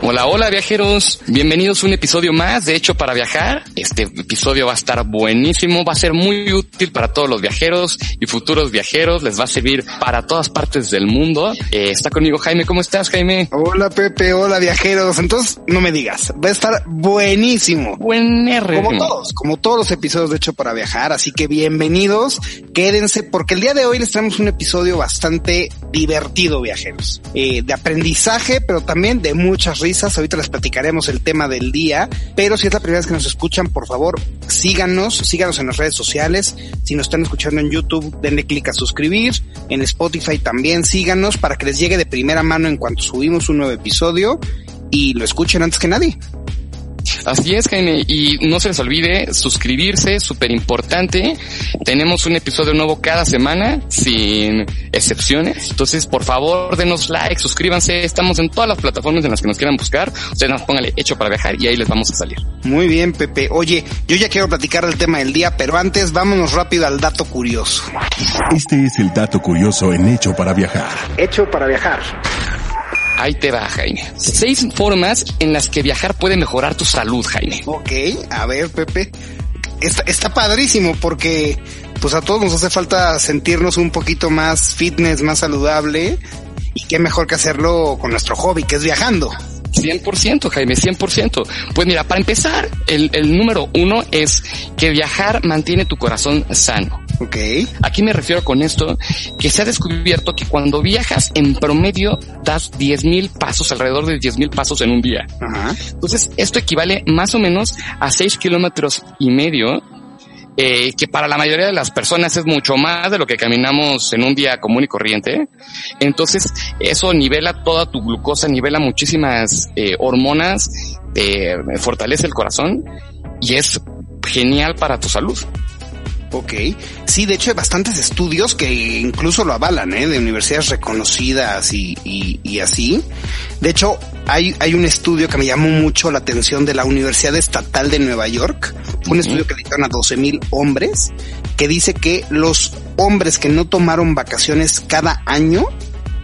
Hola, hola viajeros. Bienvenidos a un episodio más de Hecho para Viajar. Este episodio va a estar buenísimo, va a ser muy útil para todos los viajeros y futuros viajeros. Les va a servir para todas partes del mundo. Eh, está conmigo Jaime. ¿Cómo estás, Jaime? Hola Pepe, hola viajeros. Entonces, no me digas, va a estar buenísimo. Buen R. Como todos, como todos los episodios de hecho para viajar, así que bienvenidos, quédense porque el día de hoy les traemos un episodio bastante divertido, viajeros, Eh, de aprendizaje, pero también de muchas risas. Ahorita les platicaremos el tema del día, pero si es la primera vez que nos escuchan, por favor, síganos, síganos en las redes sociales. Si nos están escuchando en YouTube, denle clic a suscribir. En Spotify también síganos para que les llegue de primera mano en cuanto subimos un nuevo episodio y lo escuchen antes que nadie. Así es, Jaime. Y no se les olvide suscribirse, súper importante. Tenemos un episodio nuevo cada semana, sin excepciones. Entonces, por favor, denos like, suscríbanse. Estamos en todas las plataformas en las que nos quieran buscar. Ustedes nos pónganle hecho para viajar y ahí les vamos a salir. Muy bien, Pepe. Oye, yo ya quiero platicar del tema del día, pero antes vámonos rápido al dato curioso. Este es el dato curioso en Hecho para Viajar. Hecho para viajar. Ahí te va, Jaime. Seis formas en las que viajar puede mejorar tu salud, Jaime. Ok, a ver, Pepe. Está, está padrísimo porque pues a todos nos hace falta sentirnos un poquito más fitness, más saludable. Y qué mejor que hacerlo con nuestro hobby, que es viajando. 100%, Jaime, 100%. Pues mira, para empezar, el, el número uno es que viajar mantiene tu corazón sano. Ok. ¿A qué me refiero con esto? Que se ha descubierto que cuando viajas en promedio das 10.000 pasos, alrededor de 10.000 pasos en un día. Ajá. Entonces, esto equivale más o menos a 6 kilómetros y medio, eh, que para la mayoría de las personas es mucho más de lo que caminamos en un día común y corriente. Entonces, eso nivela toda tu glucosa, nivela muchísimas eh, hormonas, eh, fortalece el corazón y es genial para tu salud. Ok. Sí, de hecho hay bastantes estudios que incluso lo avalan, ¿eh? De universidades reconocidas y, y- y así. De hecho, hay, hay un estudio que me llamó mucho la atención de la Universidad Estatal de Nueva York. Fue Ujú. un estudio que le hicieron a 12 mil hombres que dice que los hombres que no tomaron vacaciones cada año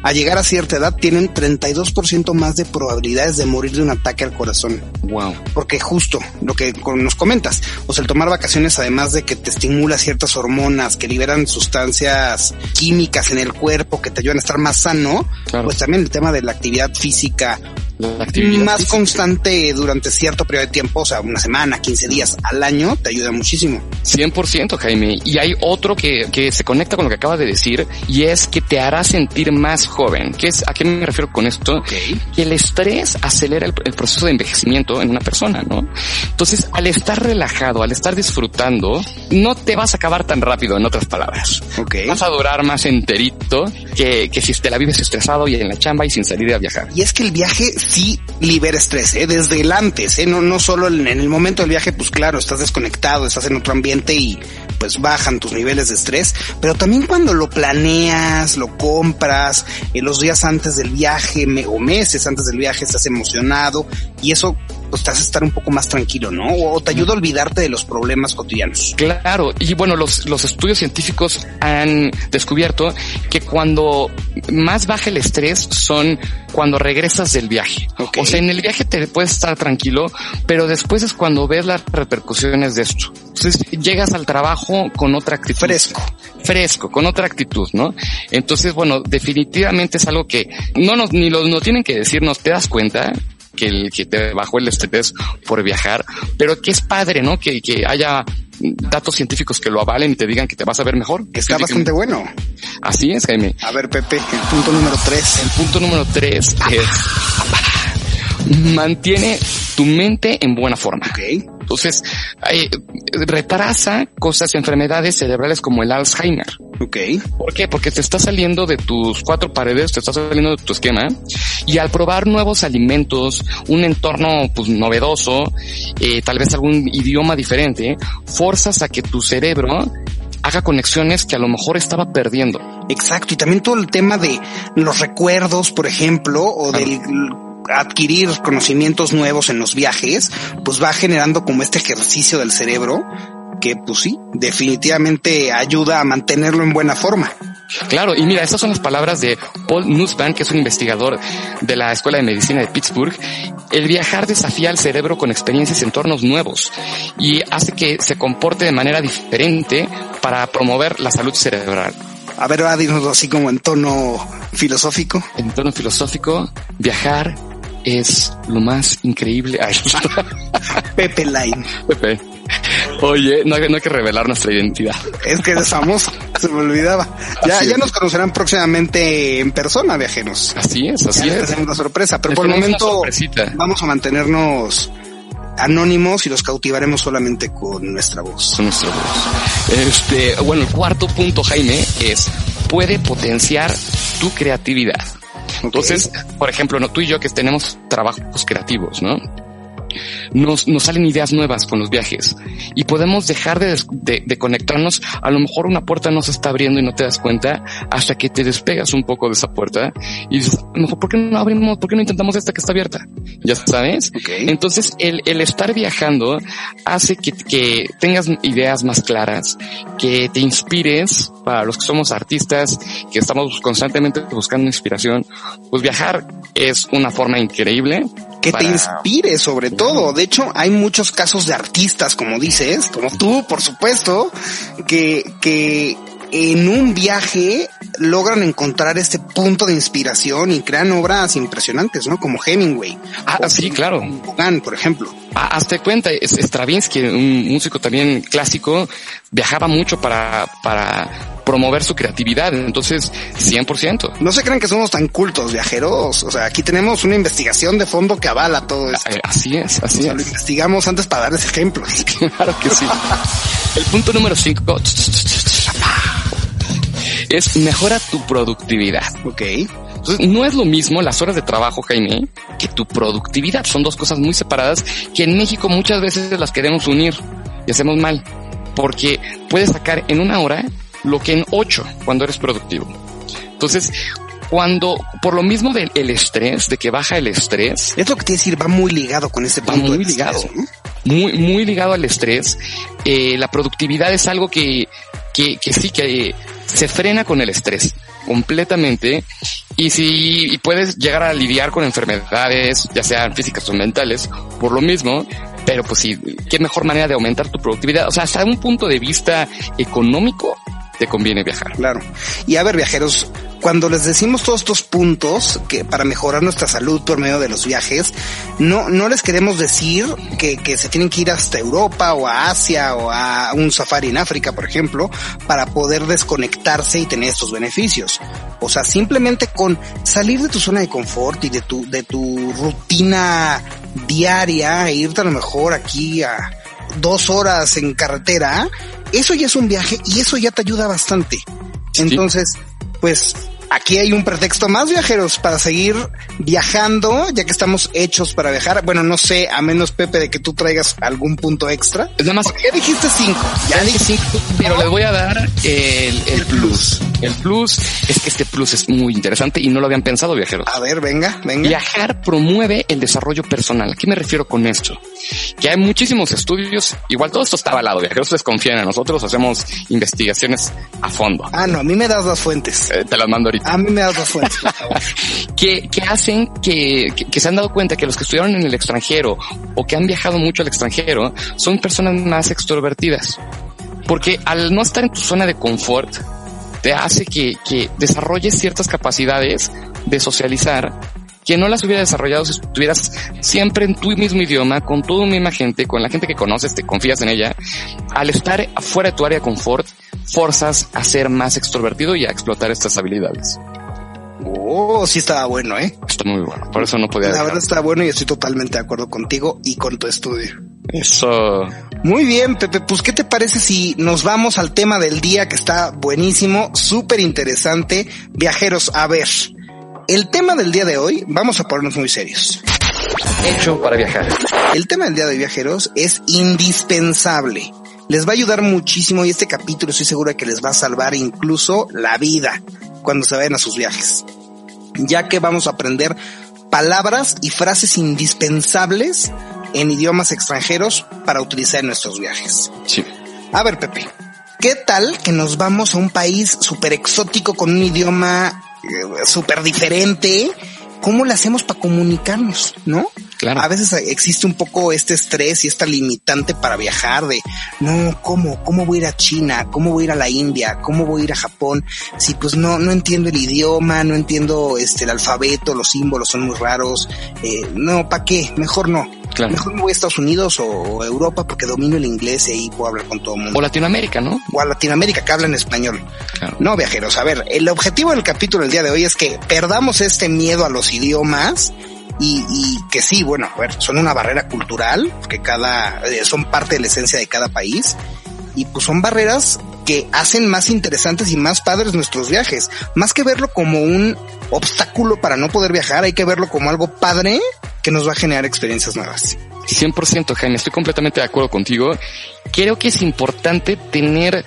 al llegar a cierta edad tienen 32% más de probabilidades de morir de un ataque al corazón Wow. porque justo lo que con- nos comentas, o sea, el tomar vacaciones, además de que te estimula ciertas hormonas que liberan sustancias químicas en el cuerpo que te ayudan a estar más sano, Claro. pues también el tema de la actividad física La actividad más física. constante durante cierto periodo de tiempo, o sea, una semana, 15 días al año, te ayuda muchísimo. 100% Jaime. Y hay otro que, que se conecta con lo que acabas de decir y es que te hará sentir más joven. ¿Qué es, ¿A qué me refiero con esto? Que el estrés acelera el, el proceso de envejecimiento en una persona, ¿no? Entonces, al estar relajado, al estar disfrutando, no te vas a acabar tan rápido, en otras palabras. Ok. Vas a durar más enterito que, que si te la vives estresado y en la chamba y sin salir a viajar. Y es que el viaje sí libera estrés, ¿eh? desde el antes, ¿eh? no, no solo en, en el momento del viaje, pues claro, estás desconectado, estás en otro ambiente y pues bajan tus niveles de estrés, pero también cuando lo planeas, lo compras, en los días antes del viaje me- o meses antes del viaje estás emocionado y eso pues te hace estar un poco más tranquilo, ¿no? O, o te ayuda a olvidarte de los problemas cotidianos. Claro, y bueno, los, los estudios científicos han descubierto que cuando más baja el estrés son cuando regresas del viaje. Ok. O sea, en el viaje te puedes estar tranquilo, pero después es cuando ves las repercusiones de esto. Entonces llegas al trabajo con otra actitud. Fresco. Fresco, con otra actitud, ¿no? Entonces, bueno, definitivamente es algo que no nos, ni los no tienen que decirnos, te das cuenta que el que te bajó el estrés por viajar, pero que es padre, ¿no? Que, que haya datos científicos que lo avalen y te digan que te vas a ver mejor. Está bastante bueno. Así es, Jaime. A ver, Pepe, el punto número tres. Punto número tres es mantiene tu mente en buena forma. Ok. Entonces, eh, retrasa cosas, enfermedades cerebrales como el Alzheimer. Ok. ¿Por qué? Porque te estás saliendo de tus cuatro paredes, te estás saliendo de tu esquema y al probar nuevos alimentos, un entorno pues, novedoso, eh, tal vez algún idioma diferente, forzas a que tu cerebro haga conexiones que a lo mejor estaba perdiendo. Exacto. Y también todo el tema de los recuerdos, por ejemplo, o del adquirir conocimientos nuevos en los viajes, pues va generando como este ejercicio del cerebro que pues sí, definitivamente ayuda a mantenerlo en buena forma. Claro, y mira, estas son las palabras de Paul Nussbaum, que es un investigador de la Escuela de Medicina de Pittsburgh. El viajar desafía al cerebro con experiencias y entornos nuevos y hace que se comporte de manera diferente para promover la salud cerebral. A ver, ahora dinoslo así como en tono filosófico. En torno filosófico, viajar es lo más increíble. Ay, Pepe Line. Pepe. Oye, no hay, no hay que revelar nuestra identidad. Es que eres famoso, se me olvidaba. Ya, Así ya es. nos conocerán próximamente en persona, viajeros. Así es, Ya así les es. hacemos una sorpresa, pero Les por el tenemos una momento sorpresita. vamos a mantenernos anónimos y los cautivaremos solamente con nuestra voz. Son nuestros dos. Este, bueno, el cuarto punto, Jaime, es puede potenciar tu creatividad. Entonces, por ejemplo, no, tú y yo que tenemos trabajos creativos, ¿no? Nos, nos salen ideas nuevas con los viajes y podemos dejar de, des- de- de conectarnos. A lo mejor una puerta no se está abriendo y no te das cuenta hasta que te despegas un poco de esa puerta y dices, a lo mejor, ¿por qué no abrimos? ¿Por qué no intentamos esta que está abierta? Ya sabes. Ok. Entonces, el, el estar viajando hace que, que tengas ideas más claras, que te inspires para los que somos artistas, que estamos constantemente buscando inspiración. Pues viajar es una forma increíble. que para- te inspire sobre todo. De hecho, hay muchos casos de artistas, como dices, como tú, por supuesto, que, que en un viaje logran encontrar este punto de inspiración y crean obras impresionantes, ¿no? Como Hemingway, Ah, sí, claro. Gauguin, por ejemplo. Ah, Hazte cuenta, es- Stravinsky, un músico también clásico, viajaba mucho para, para promover su creatividad. Entonces, 100%. No se crean que somos tan cultos viajeros. O sea, aquí tenemos una investigación de fondo que avala todo esto. Eh, Así es, O así sea, lo es. investigamos antes para darles ejemplos. Claro que sí. El punto número 5 es mejora tu productividad. Ok. Entonces, no es lo mismo las horas de trabajo, Jaime, que tu productividad. Son dos cosas muy separadas que en México muchas veces las queremos unir y hacemos mal porque puedes sacar en una hora lo que en ocho cuando eres productivo. Entonces, cuando por lo mismo del el estrés, de que baja el estrés, Es lo que te iba a decir, va muy ligado con ese Va punto. muy del estrés, ligado. ¿no? muy, muy ligado al estrés. Eh, la productividad es algo que, que, que sí, que eh, se frena con el estrés completamente. Y si y puedes llegar a lidiar con enfermedades, ya sean físicas o mentales, por lo mismo. Pero pues sí, qué mejor manera de aumentar tu productividad. O sea, hasta un punto de vista económico, te conviene viajar. Claro. Y a ver, viajeros, cuando les decimos todos estos puntos que para mejorar nuestra salud por medio de los viajes, no, no les queremos decir que, que se tienen que ir hasta Europa o a Asia o a un safari en África, por ejemplo, para poder desconectarse y tener estos beneficios. O sea, simplemente con salir de tu zona de confort y de tu, de tu rutina diaria e irte a lo mejor aquí a dos horas en carretera, eso ya es un viaje y eso ya te ayuda bastante. Sí. Entonces, pues aquí hay un pretexto más viajeros para seguir viajando, ya que estamos hechos para viajar. Bueno, no sé, a menos Pepe de que tú traigas algún punto extra. Nada más, ¿Por qué dijiste cinco? Ya Ya dije dije cinco, pero les voy a dar el, el plus. El plus es que este plus es muy interesante y no lo habían pensado viajeros. A ver, venga, venga. Viajar promueve el desarrollo personal. ¿A qué me refiero con esto? Que hay muchísimos estudios, igual todo esto está avalado, viajeros desconfían en nosotros, hacemos investigaciones a fondo. Ah, no, a mí me das las fuentes. Eh, te las mando ahorita. A mí me das las fuentes. por favor. Que, que hacen que, que, que se han dado cuenta que los que estudiaron en el extranjero o que han viajado mucho al extranjero son personas más extrovertidas. Porque al no estar en tu zona de confort, te hace que, que desarrolles ciertas capacidades de socializar que no las hubiera desarrollado si estuvieras siempre en tu mismo idioma, con tu misma gente, con la gente que conoces, te confías en ella. Al estar fuera de tu área de confort, forzas a ser más extrovertido y a explotar estas habilidades. Oh, sí estaba bueno, ¿eh? Está muy bueno. Por eso no podía. La dejar. verdad está bueno y estoy totalmente de acuerdo contigo y con tu estudio. Eso. Muy bien, Pepe, pues ¿qué te parece si nos vamos al tema del día que está buenísimo, súper interesante? Viajeros, a ver, el tema del día de hoy, vamos a ponernos muy serios. Hecho para viajar. El tema del día de hoy, viajeros, es indispensable. Les va a ayudar muchísimo y este capítulo estoy segura que les va a salvar incluso la vida cuando se vayan a sus viajes, ya que vamos a aprender palabras y frases indispensables en idiomas extranjeros para utilizar en nuestros viajes. Sí. A ver, Pepe, ¿qué tal que nos vamos a un país súper exótico con un idioma eh, súper diferente? ¿Cómo lo hacemos para comunicarnos? ¿No? Claro. A veces existe un poco este estrés y esta limitante para viajar de, no, ¿cómo? ¿Cómo voy a ir a China? ¿Cómo voy a ir a la India? ¿Cómo voy a ir a Japón? Si pues no, no entiendo el idioma, no entiendo este, el alfabeto, los símbolos son muy raros. Eh, no, ¿para qué? Mejor no. Claro. Mejor me voy a Estados Unidos o, o Europa porque domino el inglés y ahí puedo hablar con todo el mundo. O Latinoamérica, ¿no? O a Latinoamérica que hablan español. Claro. No, viajeros, a ver, el objetivo del capítulo del día de hoy es que perdamos este miedo a los idiomas y, y que sí, bueno, a ver, son una barrera cultural, que cada, eh, son parte de la esencia de cada país y pues son barreras que hacen más interesantes y más padres nuestros viajes. Más que verlo como un obstáculo para no poder viajar, hay que verlo como algo padre que nos va a generar experiencias nuevas. 100%, Jaime, estoy completamente de acuerdo contigo. Creo que es importante tener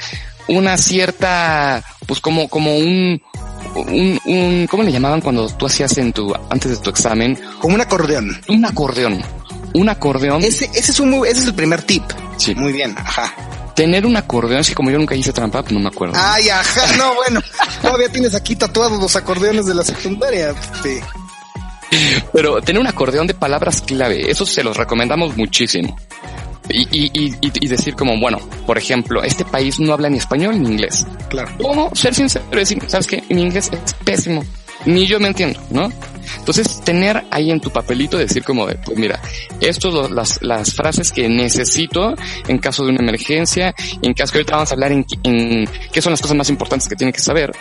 una cierta, pues como, como un, un, un, ¿cómo le llamaban cuando tú hacías en tu, antes de tu examen? Como un acordeón. Un acordeón. Un acordeón. Ese, ese es un, muy- ese es el primer tip. Sí. Muy bien, ajá. Tener un acordeón, es que como yo nunca hice trampa, pues no me acuerdo. Ay, ajá, no, bueno, todavía tienes aquí tatuados los acordeones de la secundaria. este, Sí. Pero tener un acordeón de palabras clave, eso se los recomendamos muchísimo. Y, y- y- y- y decir como, bueno, por ejemplo, este país no habla ni español ni inglés. Claro. ¿Cómo? Ser sincero y decir, ¿sabes qué? Mi inglés es pésimo. Ni yo me entiendo, ¿no? Entonces, tener ahí en tu papelito decir como de, pues mira, estas las, las frases que necesito en caso de una emergencia, en caso que ahorita vamos a hablar en, en qué son las cosas más importantes que tienen que saber,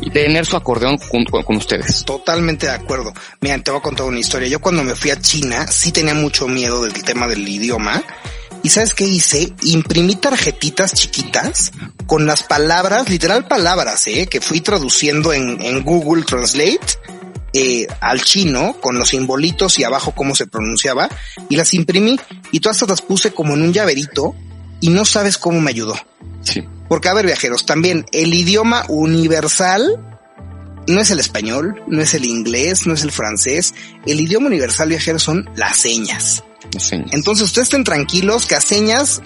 y tener su acordeón junto con, con ustedes. Totalmente de acuerdo. Mira, te voy a contar una historia. Yo cuando me fui a China sí tenía mucho miedo del tema del idioma. ¿Y sabes qué hice? Imprimí tarjetitas chiquitas con las palabras, literal palabras, ¿eh? que fui traduciendo en, en Google Translate eh, al chino con los simbolitos y abajo cómo se pronunciaba. Y las imprimí y todas estas las puse como en un llaverito y no sabes cómo me ayudó. Sí, Porque, a ver, viajeros, también el idioma universal no es el español, no es el inglés, no es el francés. El idioma universal, viajeros, son las señas. sí, Entonces, ustedes estén tranquilos que a señas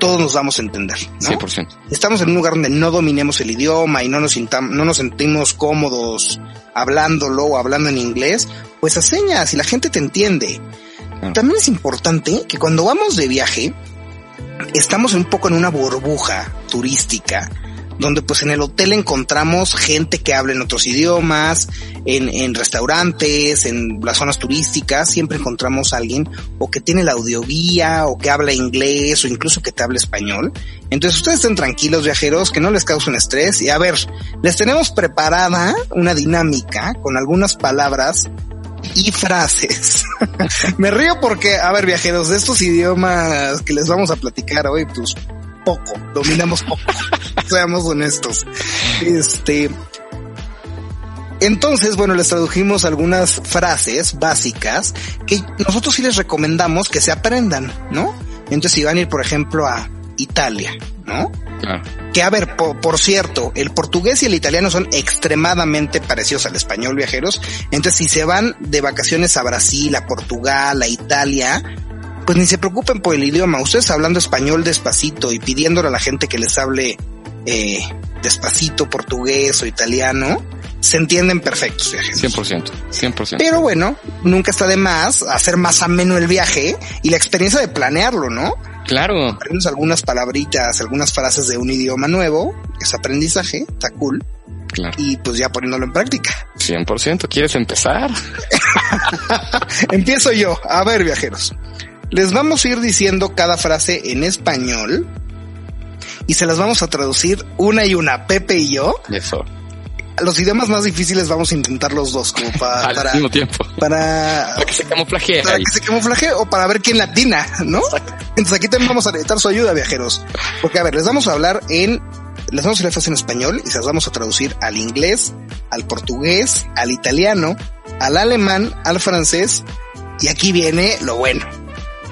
todos nos vamos a entender. ¿no? 100%. Estamos en un lugar donde no dominemos el idioma y no nos, sintam- no nos sentimos cómodos hablándolo o hablando en inglés, pues a señas y la gente te entiende. Claro. También es importante que cuando vamos de viaje, estamos un poco en una burbuja turística, donde pues en el hotel encontramos gente que habla en otros idiomas, en, en restaurantes, en las zonas turísticas, siempre encontramos a alguien o que tiene la audioguía o que habla inglés o incluso que te habla español. Entonces ustedes estén tranquilos viajeros, que no les cause un estrés y a ver, les tenemos preparada una dinámica con algunas palabras y frases. Me río porque, a ver viajeros, de estos idiomas que les vamos a platicar hoy, pues poco, dominamos poco, seamos honestos. Este... Entonces, bueno, les tradujimos algunas frases básicas que nosotros sí les recomendamos que se aprendan, ¿no? Entonces, si van a ir, por ejemplo, a Italia, ¿no? Claro. Que a ver, po- por cierto, el portugués y el italiano son extremadamente parecidos al español, viajeros. Entonces, si se van de vacaciones a Brasil, a Portugal, a Italia, pues ni se preocupen por el idioma. Ustedes hablando español despacito y pidiéndole a la gente que les hable eh, despacito portugués o italiano, se entienden perfectos, viajeros. 100%, 100%. Pero bueno, nunca está de más hacer más ameno el viaje y la experiencia de planearlo, ¿no? Claro, aprendemos algunas palabritas, algunas frases de un idioma nuevo, es aprendizaje, está cool, claro, y pues ya poniéndolo en práctica. 100%. ¿Quieres empezar? Empiezo yo, a ver viajeros, les vamos a ir diciendo cada frase en español y se las vamos a traducir una y una, Pepe y yo, Eso. los idiomas más difíciles vamos a intentar los dos, como para, al Ah, para, mismo tiempo. para, Para que se camuflaje para ahí. que se camuflaje o para ver quién latina, ¿no? Entonces aquí también vamos a necesitar su ayuda, viajeros. Porque a ver, les vamos a hablar en, les vamos a hacer énfasis en español y se las vamos a traducir al inglés, al portugués, al italiano, al alemán, al francés y aquí viene lo bueno,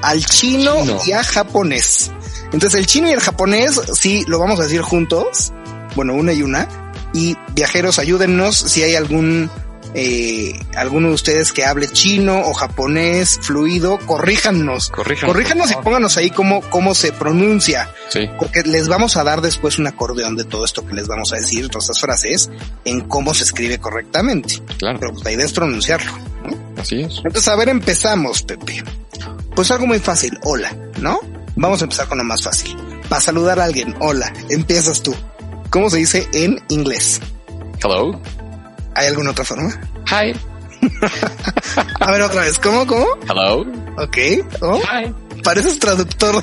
al chino, Chino. y a japonés. Entonces el chino y el japonés sí lo vamos a decir juntos, bueno una y una. Y viajeros ayúdennos si hay algún eh, alguno de ustedes que hable chino o japonés fluido, corríjanos. Corríjanos. Corríjanos y pónganos ahí cómo, cómo se pronuncia, Sí. porque les vamos a dar después un acordeón de todo esto que les vamos a decir, todas estas frases, en cómo se escribe correctamente. Claro, Pero pues, la idea es pronunciarlo. así es. Entonces, a ver, empezamos, Pepe. Pues algo muy fácil, hola, ¿no? Vamos a empezar con lo más fácil. Para saludar a alguien, hola, empiezas tú. ¿Cómo se dice en inglés? Hello. ¿Hay alguna otra forma? Hi. A ver, otra vez, ¿cómo, cómo? Hello. Ok, oh, Hi. pareces traductor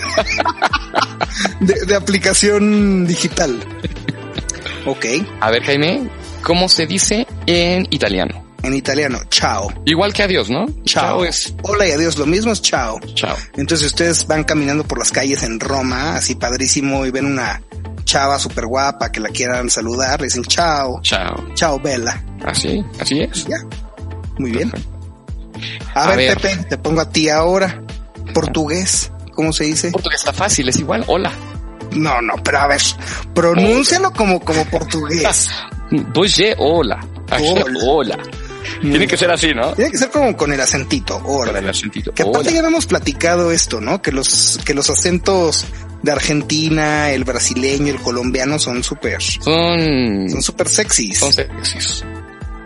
de, de aplicación digital. Ok, A ver, Jaime, ¿cómo se dice en italiano? en italiano, chao. Igual que adiós, ¿no? Chao. es Hola y adiós, lo mismo es chao. chao. Entonces ustedes van caminando por las calles en Roma, así padrísimo, y ven una chava súper guapa que la quieran saludar, le dicen chao, Chao. chao Bella. Así, así es. Ya, muy bien. A A, ver, ver. Pepe, te pongo a ti ahora. Portugués, ¿cómo se dice? Portugués está fácil, es igual. Hola. No, no, pero a ver, pronúncialo como, como portugués. Doye, hola. Aquí, Hola. hola. Tiene que ser así, ¿no? Tiene que ser como con el acentito, Para órale. el acentito. Que aparte Hola. ya habíamos platicado esto, ¿no? Que los, que los acentos de Argentina, el brasileño, el colombiano son súper, Son, son súper sexys. son sexys.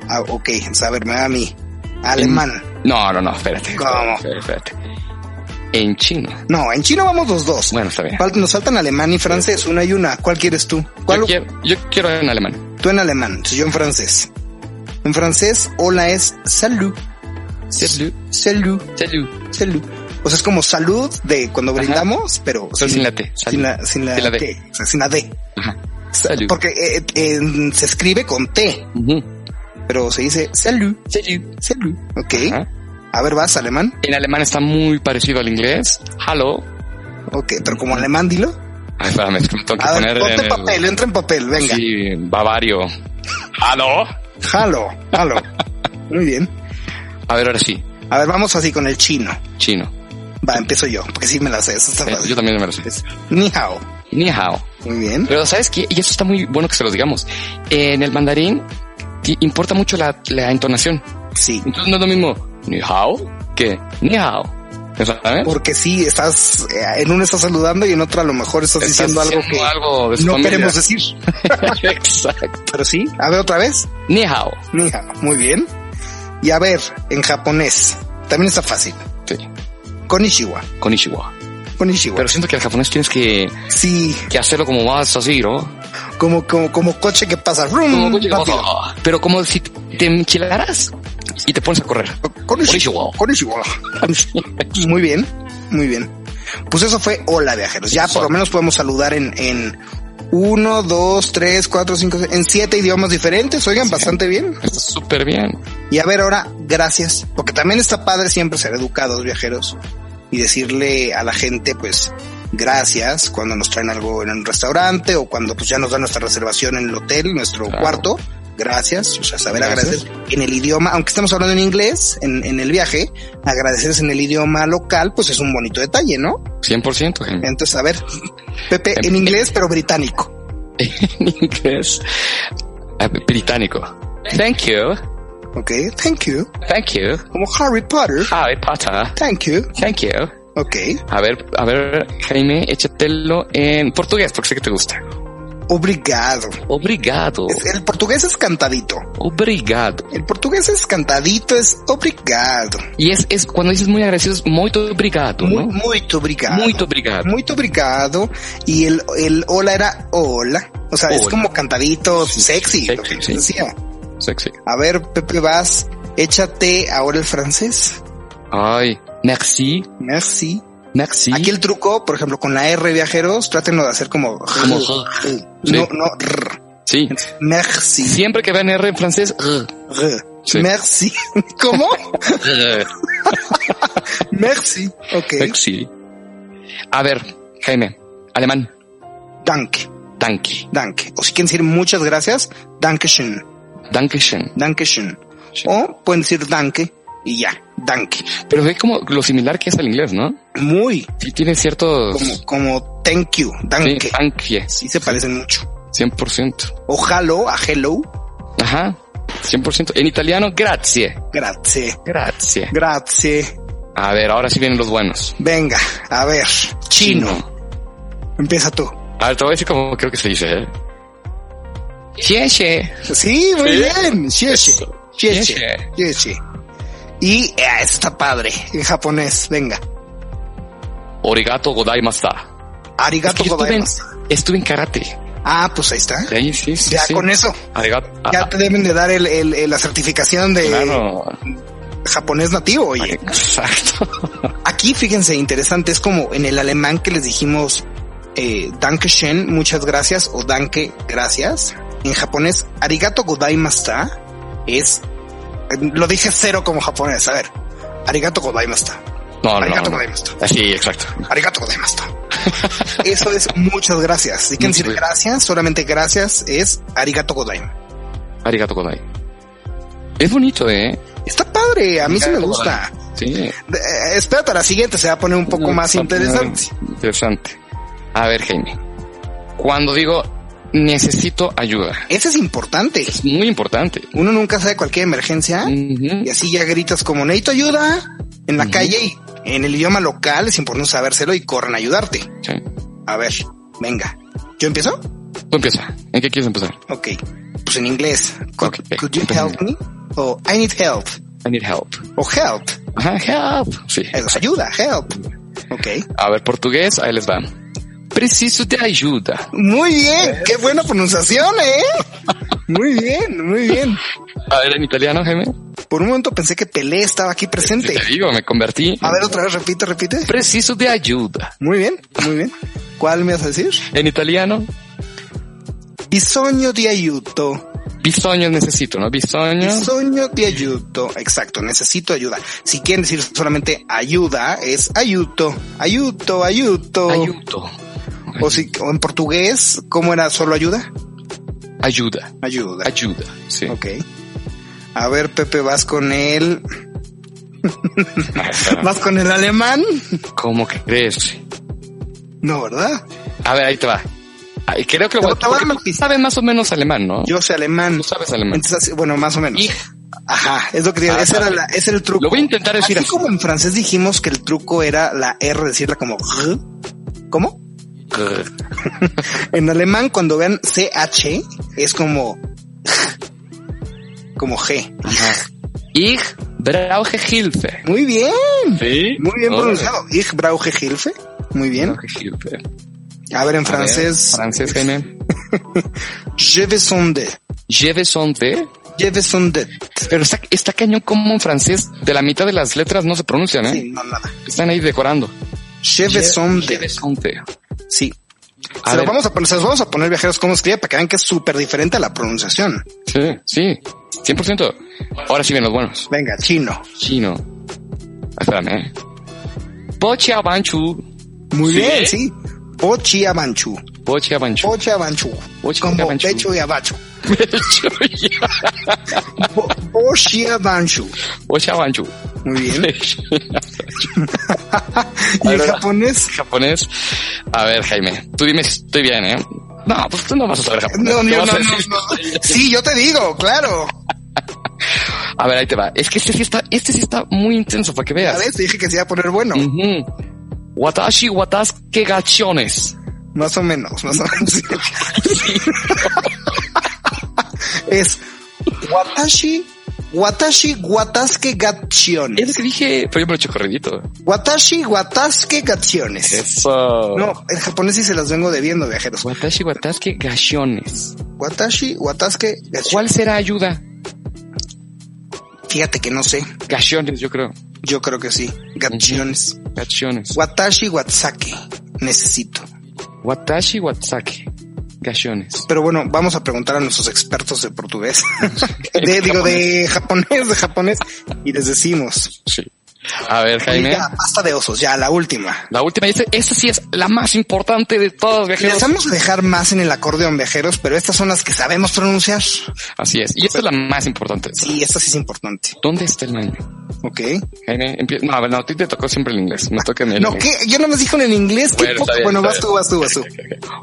Ah, ok, entonces, a ver, me da a mí. Mm. Alemán. No, no, no, espérate. ¿Cómo? Espérate, espérate. En chino. No, en chino vamos los dos. Bueno, eh. está bien. Fal- Nos faltan alemán y francés, una y una. ¿Cuál quieres tú? ¿Cuál? Yo quiero, yo quiero en alemán. Tú en alemán, entonces yo en francés. En francés, hola es salud. Salut. Salud, Salut. salud. O sea, es como salud de cuando Ajá. brindamos, pero Pero sin la T. sin la, sin la, Sin la D. T, o sea, sin la D. Ajá. Salud. Porque eh, eh, en- se escribe con T, Ujú. pero se dice salud, Salut. salud. Ok. Ajá. A ver, vas alemán. En alemán está muy parecido al inglés. Hello. Ok, pero como alemán, dilo. Ay, espérame, es que me tengo que A ver, poner ponte en el- papel, entra en papel, venga. Sí, Bavario. ¿Aló? Jalo, jalo. Muy bien. A ver, ahora sí. A ver, vamos así con el chino. Chino. Va, empiezo yo, porque sí me la sé. Eso está Eh, fácil. yo también Eh, me lo sé. Es Ni hao. Ni hao. Muy bien. Pero sabes que, y eso está muy bueno que se los digamos. En el mandarín ti- importa mucho la, la entonación. Sí. Entonces no es lo mismo ni hao que ni hao. ¿Sabes? Porque sí, estás eh, en uno estás saludando y en otra a lo mejor estás, Estás diciendo algo que algo de su no Pues familia. queremos decir. Exacto. Pero sí. A ver, otra vez. Ni hao. Ni hao. Muy bien. Y a ver, en japonés. También está fácil. Sí, Konishiwa. con Ishiwa. Konishiwa. Pero siento que al japonés tienes que, Sí, que hacerlo como más así, ¿no? como, como, como coche que pasa. rum, Como coche que Mm, rápido. pasa. Pero como si te enchilaras y te pones a correr. Konishiwa. Konishiwa. Muy bien, muy bien. Pues eso fue hola viajeros. Ya por lo menos podemos saludar en, en uno, dos, tres, cuatro, cinco, seis, en siete idiomas diferentes. Oigan, bastante bien. Está súper bien. Y a ver ahora, gracias, porque también está padre siempre ser educados viajeros y decirle a la gente, pues, gracias cuando nos traen algo en un restaurante o cuando pues ya nos dan nuestra reservación en el hotel, nuestro Claro. cuarto. Gracias, o sea, saber Gracias. agradecer en el idioma, aunque estamos hablando en inglés en, en el viaje, agradecerse en el idioma local, pues es un bonito detalle, ¿no? 100%, Jaime. Entonces, a ver, Pepe, Em, en inglés, pero británico. En inglés. eh, Británico. Thank you. Ok, thank you. Thank you. Como Harry Potter. Harry Potter. Thank you. Thank you. Ok. A ver, a ver, Jaime, échatelo en portugués, porque sé que te gusta. Obrigado. Obrigado. Es- el portugués es cantadito. Obrigado. El portugués es cantadito, es obrigado. Y es, es cuando dices muy agradecido, es muy obrigado, Muy, ¿no? muito obrigado. Muy obrigado. Muito obrigado. Y el, el hola era hola. O sea, es Hola. como cantadito sexy. sexy, lo que sí. decía. Sexy. A ver, Pepe Vas, échate ahora el francés. Ay, merci, Merci. merci. Aquí el truco, por ejemplo, con la R viajeros, trátenlo de hacer como... Como- No, no. rr. Sí. Merci. Siempre que vean R en francés, R. Sí. Merci. ¿Cómo? Merci. Ok. sexy. A ver, Jaime, alemán, Danke. danke, Danke. O si quieren decir muchas gracias, Dankeschön. dankeschön. Dankeschön. Sí. O pueden decir Danke y ya. Danke. Pero ve como lo similar que es al inglés, ¿no? Muy. Sí, tiene ciertos... Como, como thank you. Sí, Danke. danke, Sí se parecen mucho. 100%. O hello a hello. Ajá, 100%. En italiano, grazie, Grazie. grazie. Grazie. A ver, ahora sí vienen los buenos. Venga, a ver. Chino. Empieza tú. A ver, te voy a decir como creo que se dice, ¿eh? Xiexe. Sí, muy Sí. bien. Shieshi. Eso. Shieshi. Shieshi. Shieshi. Y ah, está padre. En japonés. Venga. Origato godaimasta. Arigato yo estuve, en, godaimasu. estuve en karate. Ah, pues ahí está. De ahí, sí, sí, Ya sí. con eso. Arigato. Ya ah, te deben de dar el, el- el- la certificación de claro. japonés nativo. Oye, Exacto. aquí fíjense, interesante, es como en el alemán que les dijimos eh, Dankeschön, muchas gracias, o Danke, gracias. En japonés, Arigato godaimasta es, eh, lo dije cero como japonés, a ver, Arigato godaimasta, No, no, Arigato no. godaimasta. Sí, exacto. Arigato gozaimashita. Eso es muchas gracias. Si quieren decir Muchas gracias, solamente gracias es arigato godaim. Arigato Kodai. Es bonito, ¿eh? Está padre, a mí sí me gusta. Sí. Eh, espérate, la siguiente se va a poner un poco No, más está interesante. muy Interesante. A ver, Jaime. Cuando digo necesito ayuda, Ese es importante. es muy importante. Uno nunca sabe cualquier emergencia Ujú. y así ya gritas como necesito ayuda en la Ujú. calle y en el idioma local es importante sabérselo y corren a ayudarte. Sí. A ver, venga. ¿Yo empiezo? Tú empieza. ¿En qué quieres empezar? Ok. Pues en inglés. Could, Ok. could you help me? O I need help. I need help. O help. Ajá, help. Sí. Eh, nos ayuda, help. Ok. A ver, portugués, ahí les va. Preciso de ayuda. Muy bien, qué buena pronunciación, ¿eh? Muy bien, muy bien. A ver, en italiano, Jaime. Por un momento pensé que Pelé estaba aquí Sí, presente. Te digo, me convertí. en- A ver, otra vez, repite, repite. Preciso de ayuda. Muy bien, muy bien. ¿Cuál me vas a decir? En italiano, Bisogno di aiuto. bisogno necesito, ¿no? Ah. Bisogno. Bisogno di aiuto. Exacto, necesito ayuda. Si quieren decir solamente ayuda, es ayuto, ayuto, ayuto. Ayuto. O, si, o en portugués, ¿cómo era solo ayuda? Ayuda. Ayuda. Ayuda. Sí. Ok. A ver, Pepe, vas con el. ¿Vas con el alemán? ¿Cómo que crees? No, ¿verdad? A ver, ahí te va. Ay, creo que lo Te voy voy a dar porque una tú pista. sabes más o menos alemán, ¿no? Yo sé alemán. Tú sabes alemán. Entonces, así- bueno, más o menos. Y Ajá, es lo que digo. Ah, ese, era vale. la- ese era el truco. lo voy a intentar Así decir así. como en francés dijimos que el truco era la R, decirla como R. ¿Cómo? En alemán, cuando vean CH, es como como G. Ajá. Ich brauche Hilfe. Muy bien, Sí. muy bien pronunciado. Ich brauche Hilfe. Muy bien. Brauche Hilfe. A ver, en A ver, francés, francés, Jaime. je vais sonder. Je vais sonder. Je vais sonder. Pero está, está cañón como en francés de la mitad de las letras no se pronuncian, ¿eh? Sí, no, nada. Están ahí decorando. Je vais sonder. Je vais sonder. Sí. A Se lo ver. vamos a poner, se los vamos a poner viajeros cómo escribe para que vean que es súper diferente a la pronunciación. Sí, sí. 100%. Ahora sí ven los buenos. Venga, chino. chino. Espérame. Poche Abanchu. Muy ¿Sí? bien, sí. Pochi amanchu. Poche Abanchu. Pochi amanchu. Pochi Como amanchu. pecho y abacho. Po- Pochi amanchu. Poche Abanchu. Muy bien. y en Ahora- japonés. Japonés. A ver, Jaime. Tú dime si estoy bien, ¿eh? No, pues tú no vas a saber japonés. No, Tú no, no, vas a no, decir- no. Sí, yo te digo, claro. A ver, ahí te va. Es que este sí está, este sí está muy intenso para que A veas. ver, te dije que se iba a poner bueno. Ujú. Watashi watasuke gachones. Más o menos, más o menos. es Watashi, Watashi, Watasuke Gatsiones. Es lo que dije, pero yo me lo he hecho corridito. Watashi, Watasuke Gatsiones. Eso. No, en japonés sí se las vengo debiendo, viajeros. Watashi watasuke gachones. Watashi, Watasuke Gatsiones. ¿Cuál será ayuda? Fíjate que no sé. Gachones, yo creo. Yo creo que sí. Gatsiones. Gachones. Watashi, Watsake. Necesito. Watashi Watsake. Cachones. Pero bueno, vamos a preguntar a nuestros expertos de portugués, de, digo, de japonés, de japonés, y les decimos. Sí. A ver, Jaime. Ya, basta de osos, ya, la última. La última, esta, esta sí es la más importante de todas, viajeros. Les vamos a dejar más en el acordeón, viajeros, pero estas son las que sabemos pronunciar. Así es. Y esta es la más importante. Sí, esta sí es importante. ¿Dónde está el meme? Ok. Jaime, empie- No, a ver, no, a ti te tocó siempre el inglés. Me toca en el No, inglés. ¿qué? Yo no me dijo en inglés. ¿Qué Bueno, poco? está bien, bueno, está vas tú, vas tú, vas tú.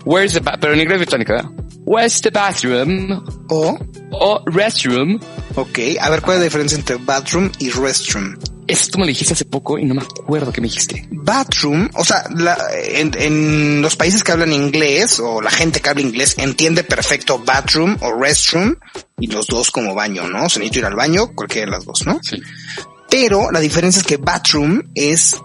Where's the ba- Pero en inglés británico, ¿verdad? Where's the bathroom? O, O restroom. ok. A ver, ¿cuál es la diferencia entre bathroom y restroom? Esto me lo dijiste hace poco y no me acuerdo qué me dijiste. Bathroom, o sea, la- en, en los países que hablan inglés o la gente que habla inglés entiende perfecto bathroom o restroom y los dos como baño, ¿no? O sea, necesito ir al baño, cualquiera de las dos, ¿no? Sí. Pero la diferencia es que bathroom es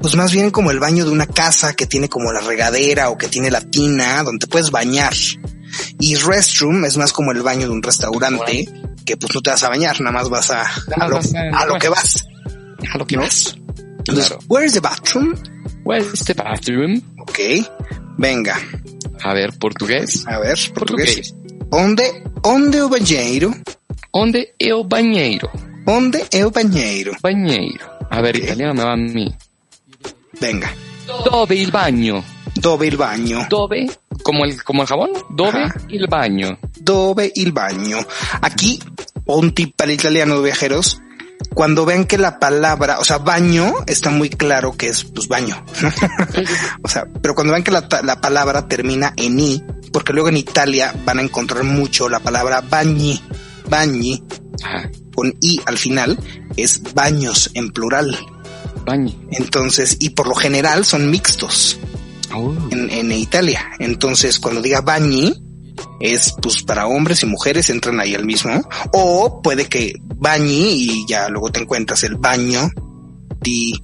pues más bien como el baño de una casa que tiene como la regadera o que tiene la tina donde te puedes bañar. Y restroom es más como el baño de un restaurante que pues no te vas a bañar, nada más vas a, a, más lo, vas a- a lo que vas. A lo que más. Entonces, Claro. where is the bathroom? Where's the bathroom? Ok, venga, A ver, portugués. a ver, portugués. ¿Onde, onde é o banheiro? ¿Dónde el bañeiro? ¿Onde é o banheiro? Bañeiro. A ver, italiano me va a mí. Venga, Dove il bagno? dove il bagno? Dove, como el, como el jabón, dove Ajá. il bagno. dove il bagno. Aquí, un tip para italianos viajeros, cuando vean que la palabra, o sea, baño, está muy claro que es pues baño. o sea, pero cuando vean que la, ta- la palabra termina en i, porque luego en Italia van a encontrar mucho la palabra bagni, bagni, Ajá, con i al final, es baños en plural. bagni. Entonces, y por lo general son mixtos Oh. en, en Italia. Entonces, cuando diga bagni, es pues para hombres y mujeres entran ahí al mismo. O puede que bagni y ya luego te encuentras el baño di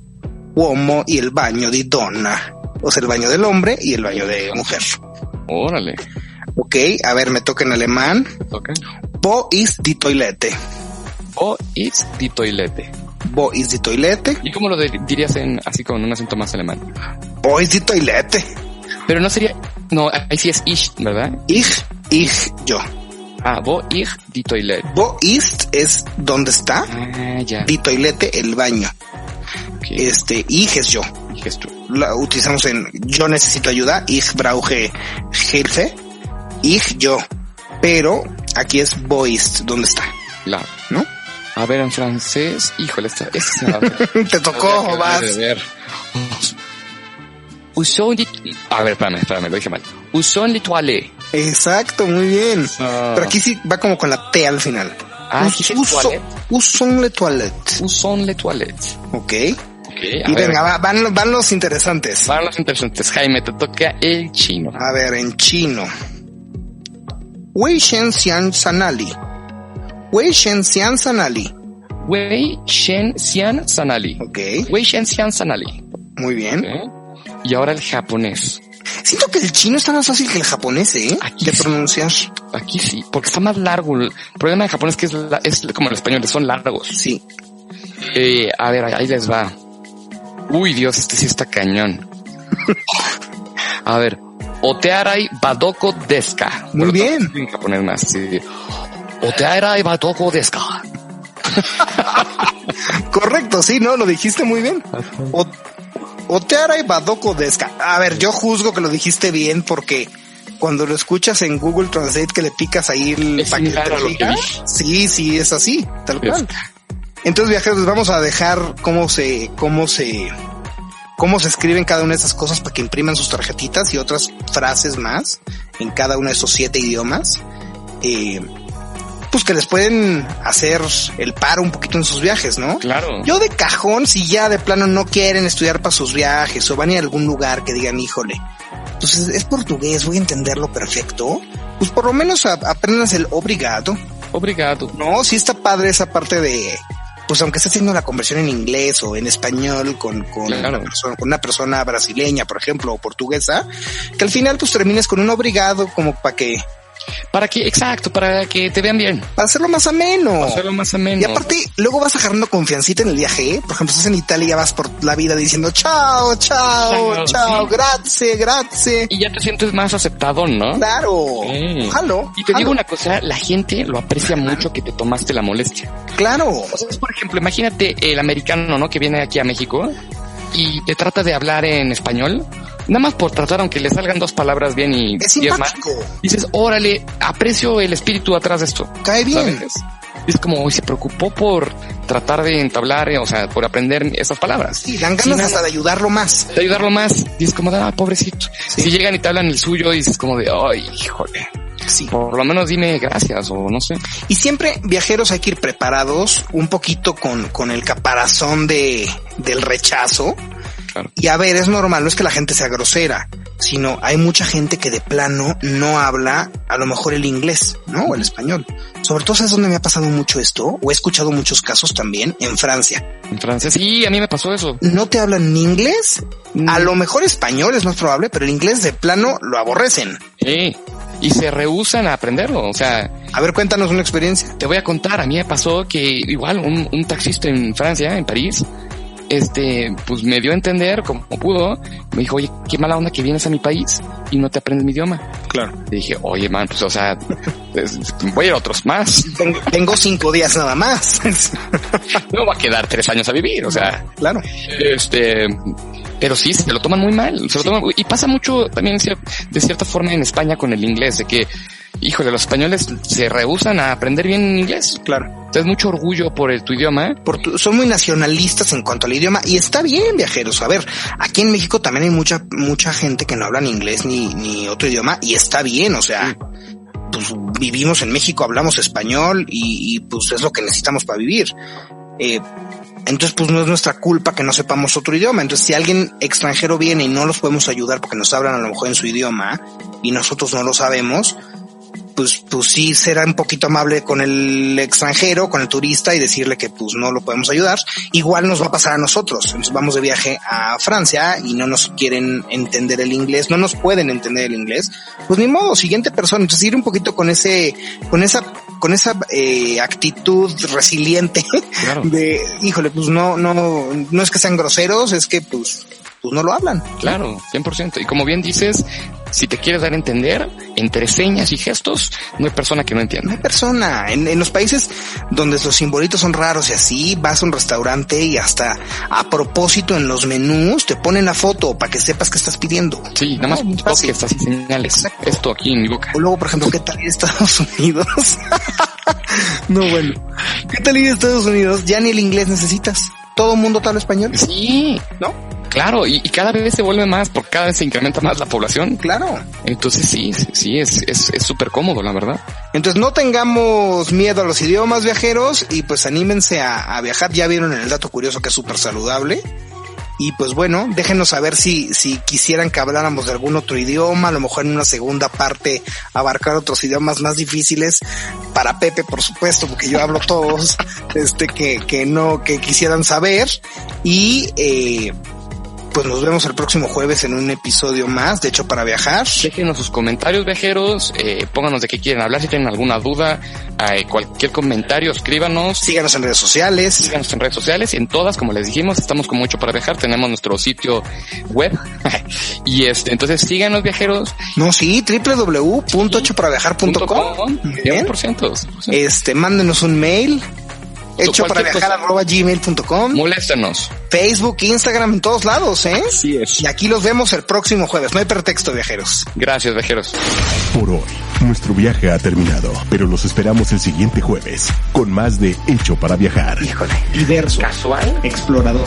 uomo y el baño di donna. O sea, el baño del hombre y el baño de mujer. Órale. Ok, a ver, me toca en alemán. Ok. Bo ist die toilette. O is di toilette. Bo ist die toilette. ¿Y cómo lo de- dirías en, así con un acento más alemán? Bo ist die toilette. Pero no sería, no, ahí sí es ich, ¿verdad? Ich, ich, yo. Ah, vo ich di toilette. Bo ist es donde está. Ah, ya. Di toilette, el baño. ok, Este, ich es yo. dijes tú. la utilizamos en yo necesito ayuda, ich brauche Hilfe, ich yo, pero aquí es voiced, ¿dónde está? La. ¿No? A ver, en francés, híjole, esta, esta se me va a- Te tocó, vas. Usó un lit- A ver, espérame, espérame, lo dije mal. Usó un lituale. Exacto, muy bien. Ah. Pero aquí sí va como con la T al final. Ah, aquí sí, uso, toilette. uso le toilette. Usó un litualet. Ok. Ok, y venga, va- van, los- van los interesantes. Van los interesantes. Jaime, te toca el chino. A ver, en chino. Wei Shen Xian Sanali. Wei Shen Xian Sanali. Wei Shen Xian Sanali. Ok, Wei Shen Xian Sanali. muy bien. Ok. Y ahora el japonés. Siento que el chino está más fácil que el japonés, ¿eh? Aquí De sí. pronunciar. Aquí sí, porque está más largo. El problema de Japón es que es, la- es como el español, son largos. Sí. Eh, a ver, ahí les va. Uy, Dios, este sí está cañón. a ver. Otearai Badoko Deska. Muy Pero bien. todo En japonés más, sí. Otearai Badoko Deska. Correcto, sí, no, lo dijiste muy bien. O, Oteara y Badoko Deska. A ver, yo juzgo que lo dijiste bien porque cuando lo escuchas en Google Translate que le picas ahí el Es pa' que similar te a lo que diga, dije. Sí, sí, es así, tal Es- cual. Entonces, viajeros, vamos a dejar cómo se, cómo se, cómo se escriben cada una de esas cosas para que impriman sus tarjetitas y otras frases más en cada uno de esos siete idiomas. Eh, pues que les pueden hacer el paro un poquito en sus viajes, ¿no? Claro. Yo de cajón, si ya de plano no quieren estudiar para sus viajes o van a ir a algún lugar que digan, híjole, pues es, es portugués, voy a entenderlo perfecto. Pues por lo menos a- aprendas el obrigado. Obrigado. No, sí está padre esa parte de, pues aunque esté haciendo la conversión en inglés o en español con, con, Claro. una, persona, con una persona brasileña, por ejemplo, o portuguesa, que al final pues termines con un obrigado como para que Para que, exacto, para que te vean bien. Para hacerlo más ameno. Para hacerlo más ameno. Y aparte, luego vas agarrando confiancita en el viaje. ¿eh? Por ejemplo, si estás en Italia, vas por la vida diciendo chao, chao, chao, Chao, sí. grazie, grazie. Y ya te sientes más aceptado, ¿no? Claro. Ah. Sí. Ojalá. Y te ojalá. digo una cosa, la gente lo aprecia mucho que te tomaste la molestia. Claro. O sea, es, por ejemplo, imagínate el americano, ¿no? Que viene aquí a México y te trata de hablar en español. Nada más por tratar, aunque le salgan dos palabras bien y Es diez mal. simpático. Dices, órale, aprecio el espíritu atrás de esto. Cae bien. ¿sabes? Es como hoy se preocupó por tratar de entablar, eh, o sea, por aprender esas palabras. Sí, dan Sí, ganas nada. hasta de ayudarlo más. De ayudarlo más, dices como, de, ah, pobrecito. Sí. Si llegan y te hablan el suyo, dices como de, ay, híjole, Sí. por lo menos dime gracias o no sé. Y siempre viajeros hay que ir preparados un poquito con, con el caparazón de, del rechazo. Claro. Y a ver, es normal, no es que la gente sea grosera, sino hay mucha gente que de plano no habla a lo mejor el inglés, ¿no? O el español. Sobre todo es donde me ha pasado mucho esto, o he escuchado muchos casos también en Francia. En francés, sí, a mí me pasó eso. No te hablan ni inglés, a Mm. lo mejor español es más probable, pero el inglés de plano lo aborrecen. Sí. Eh, Y se rehusan a aprenderlo. O sea, A ver, cuéntanos una experiencia. te voy a contar, a mí me pasó que igual un, un taxista en Francia, en París, este, pues me dio a entender como pudo. Me dijo, oye, qué mala onda que vienes a mi país y no te aprendes mi idioma. Claro. Le dije, oye, man, pues, o sea, es- voy a ir a otros más. Tengo cinco días nada más. No va a quedar tres años a vivir, o sea, claro. este, pero sí, se lo toman muy mal. se lo toman- y pasa mucho también cier- de cierta forma en España con el inglés, de que, híjole, los españoles se rehusan a aprender bien inglés. Claro. Tienes mucho orgullo por el- tu idioma. Por tu- son muy nacionalistas en cuanto al idioma y está bien, viajeros. A ver, aquí en México también hay mucha, mucha gente que no habla ni inglés ni, ni otro idioma y está bien. O sea, pues vivimos en México, hablamos español y, y, pues es lo que necesitamos para vivir. Eh, entonces, pues no es nuestra culpa que no sepamos otro idioma. Entonces, si alguien extranjero viene y no los podemos ayudar porque nos hablan a lo mejor en su idioma y nosotros no lo sabemos, pues, pues sí será un poquito amable con el extranjero, con el turista y decirle que pues no lo podemos ayudar. Igual nos va a pasar a nosotros. Entonces vamos de viaje a Francia y no nos quieren entender el inglés, no nos pueden entender el inglés. Pues ni modo, siguiente persona. Entonces ir un poquito con ese, con esa, con esa eh, actitud resiliente Claro. de, híjole, pues no, no, no es que sean groseros, es que pues, pues no lo hablan. Claro, 100%. Y como bien dices, si te quieres dar a entender, entre señas y gestos, no hay persona que no No entienda. hay persona. En, en los países donde los simbolitos son raros y así, vas a un restaurante y hasta a propósito en los menús te ponen la foto para que sepas que estás pidiendo. Sí, nada más No, muy fácil. toques así señales. Esto aquí en mi boca. O luego, por ejemplo, ¿qué tal ir a Estados Unidos? no, bueno. ¿Qué tal ir a Estados Unidos? Ya ni el inglés necesitas. Todo mundo te habla español, Sí, ¿no? claro. Y, y cada vez se vuelve más, porque cada vez se incrementa más la población. Claro. Entonces sí, sí, es es es súper cómodo, la verdad. Entonces no tengamos miedo a los idiomas viajeros y pues anímense a, a viajar. Ya vieron en el dato curioso que es súper saludable. Y pues bueno, déjenos saber si, si quisieran que habláramos de algún otro idioma, a lo mejor en una segunda parte abarcar otros idiomas más difíciles para Pepe, por supuesto, porque yo hablo todos, este, que, que no, que quisieran saber. Y, eh, pues nos vemos el próximo jueves en un episodio más, de hecho, para viajar. Déjenos sus comentarios, viajeros. Eh, pónganos de qué quieren hablar. Si tienen alguna duda, eh, cualquier comentario, escríbanos. Síganos en redes sociales. Síganos en redes sociales, en todas, como les dijimos, estamos como hecho para viajar, tenemos nuestro sitio web. y este, entonces síganos viajeros. No, sí, www.hechoparaviajar.com. Muy bien. 100%. Este, mándenos un mail. Hecho para cualquier viajar cosa. arroba gmail.com. Moléstenos. Facebook, Instagram, en todos lados, ¿eh? Así es. Y aquí los vemos el próximo jueves. No hay pretexto, viajeros. Gracias, viajeros. Por hoy, nuestro viaje ha terminado, pero los esperamos el siguiente jueves con más de Hecho para Viajar. Diverso. Casual. Explorador.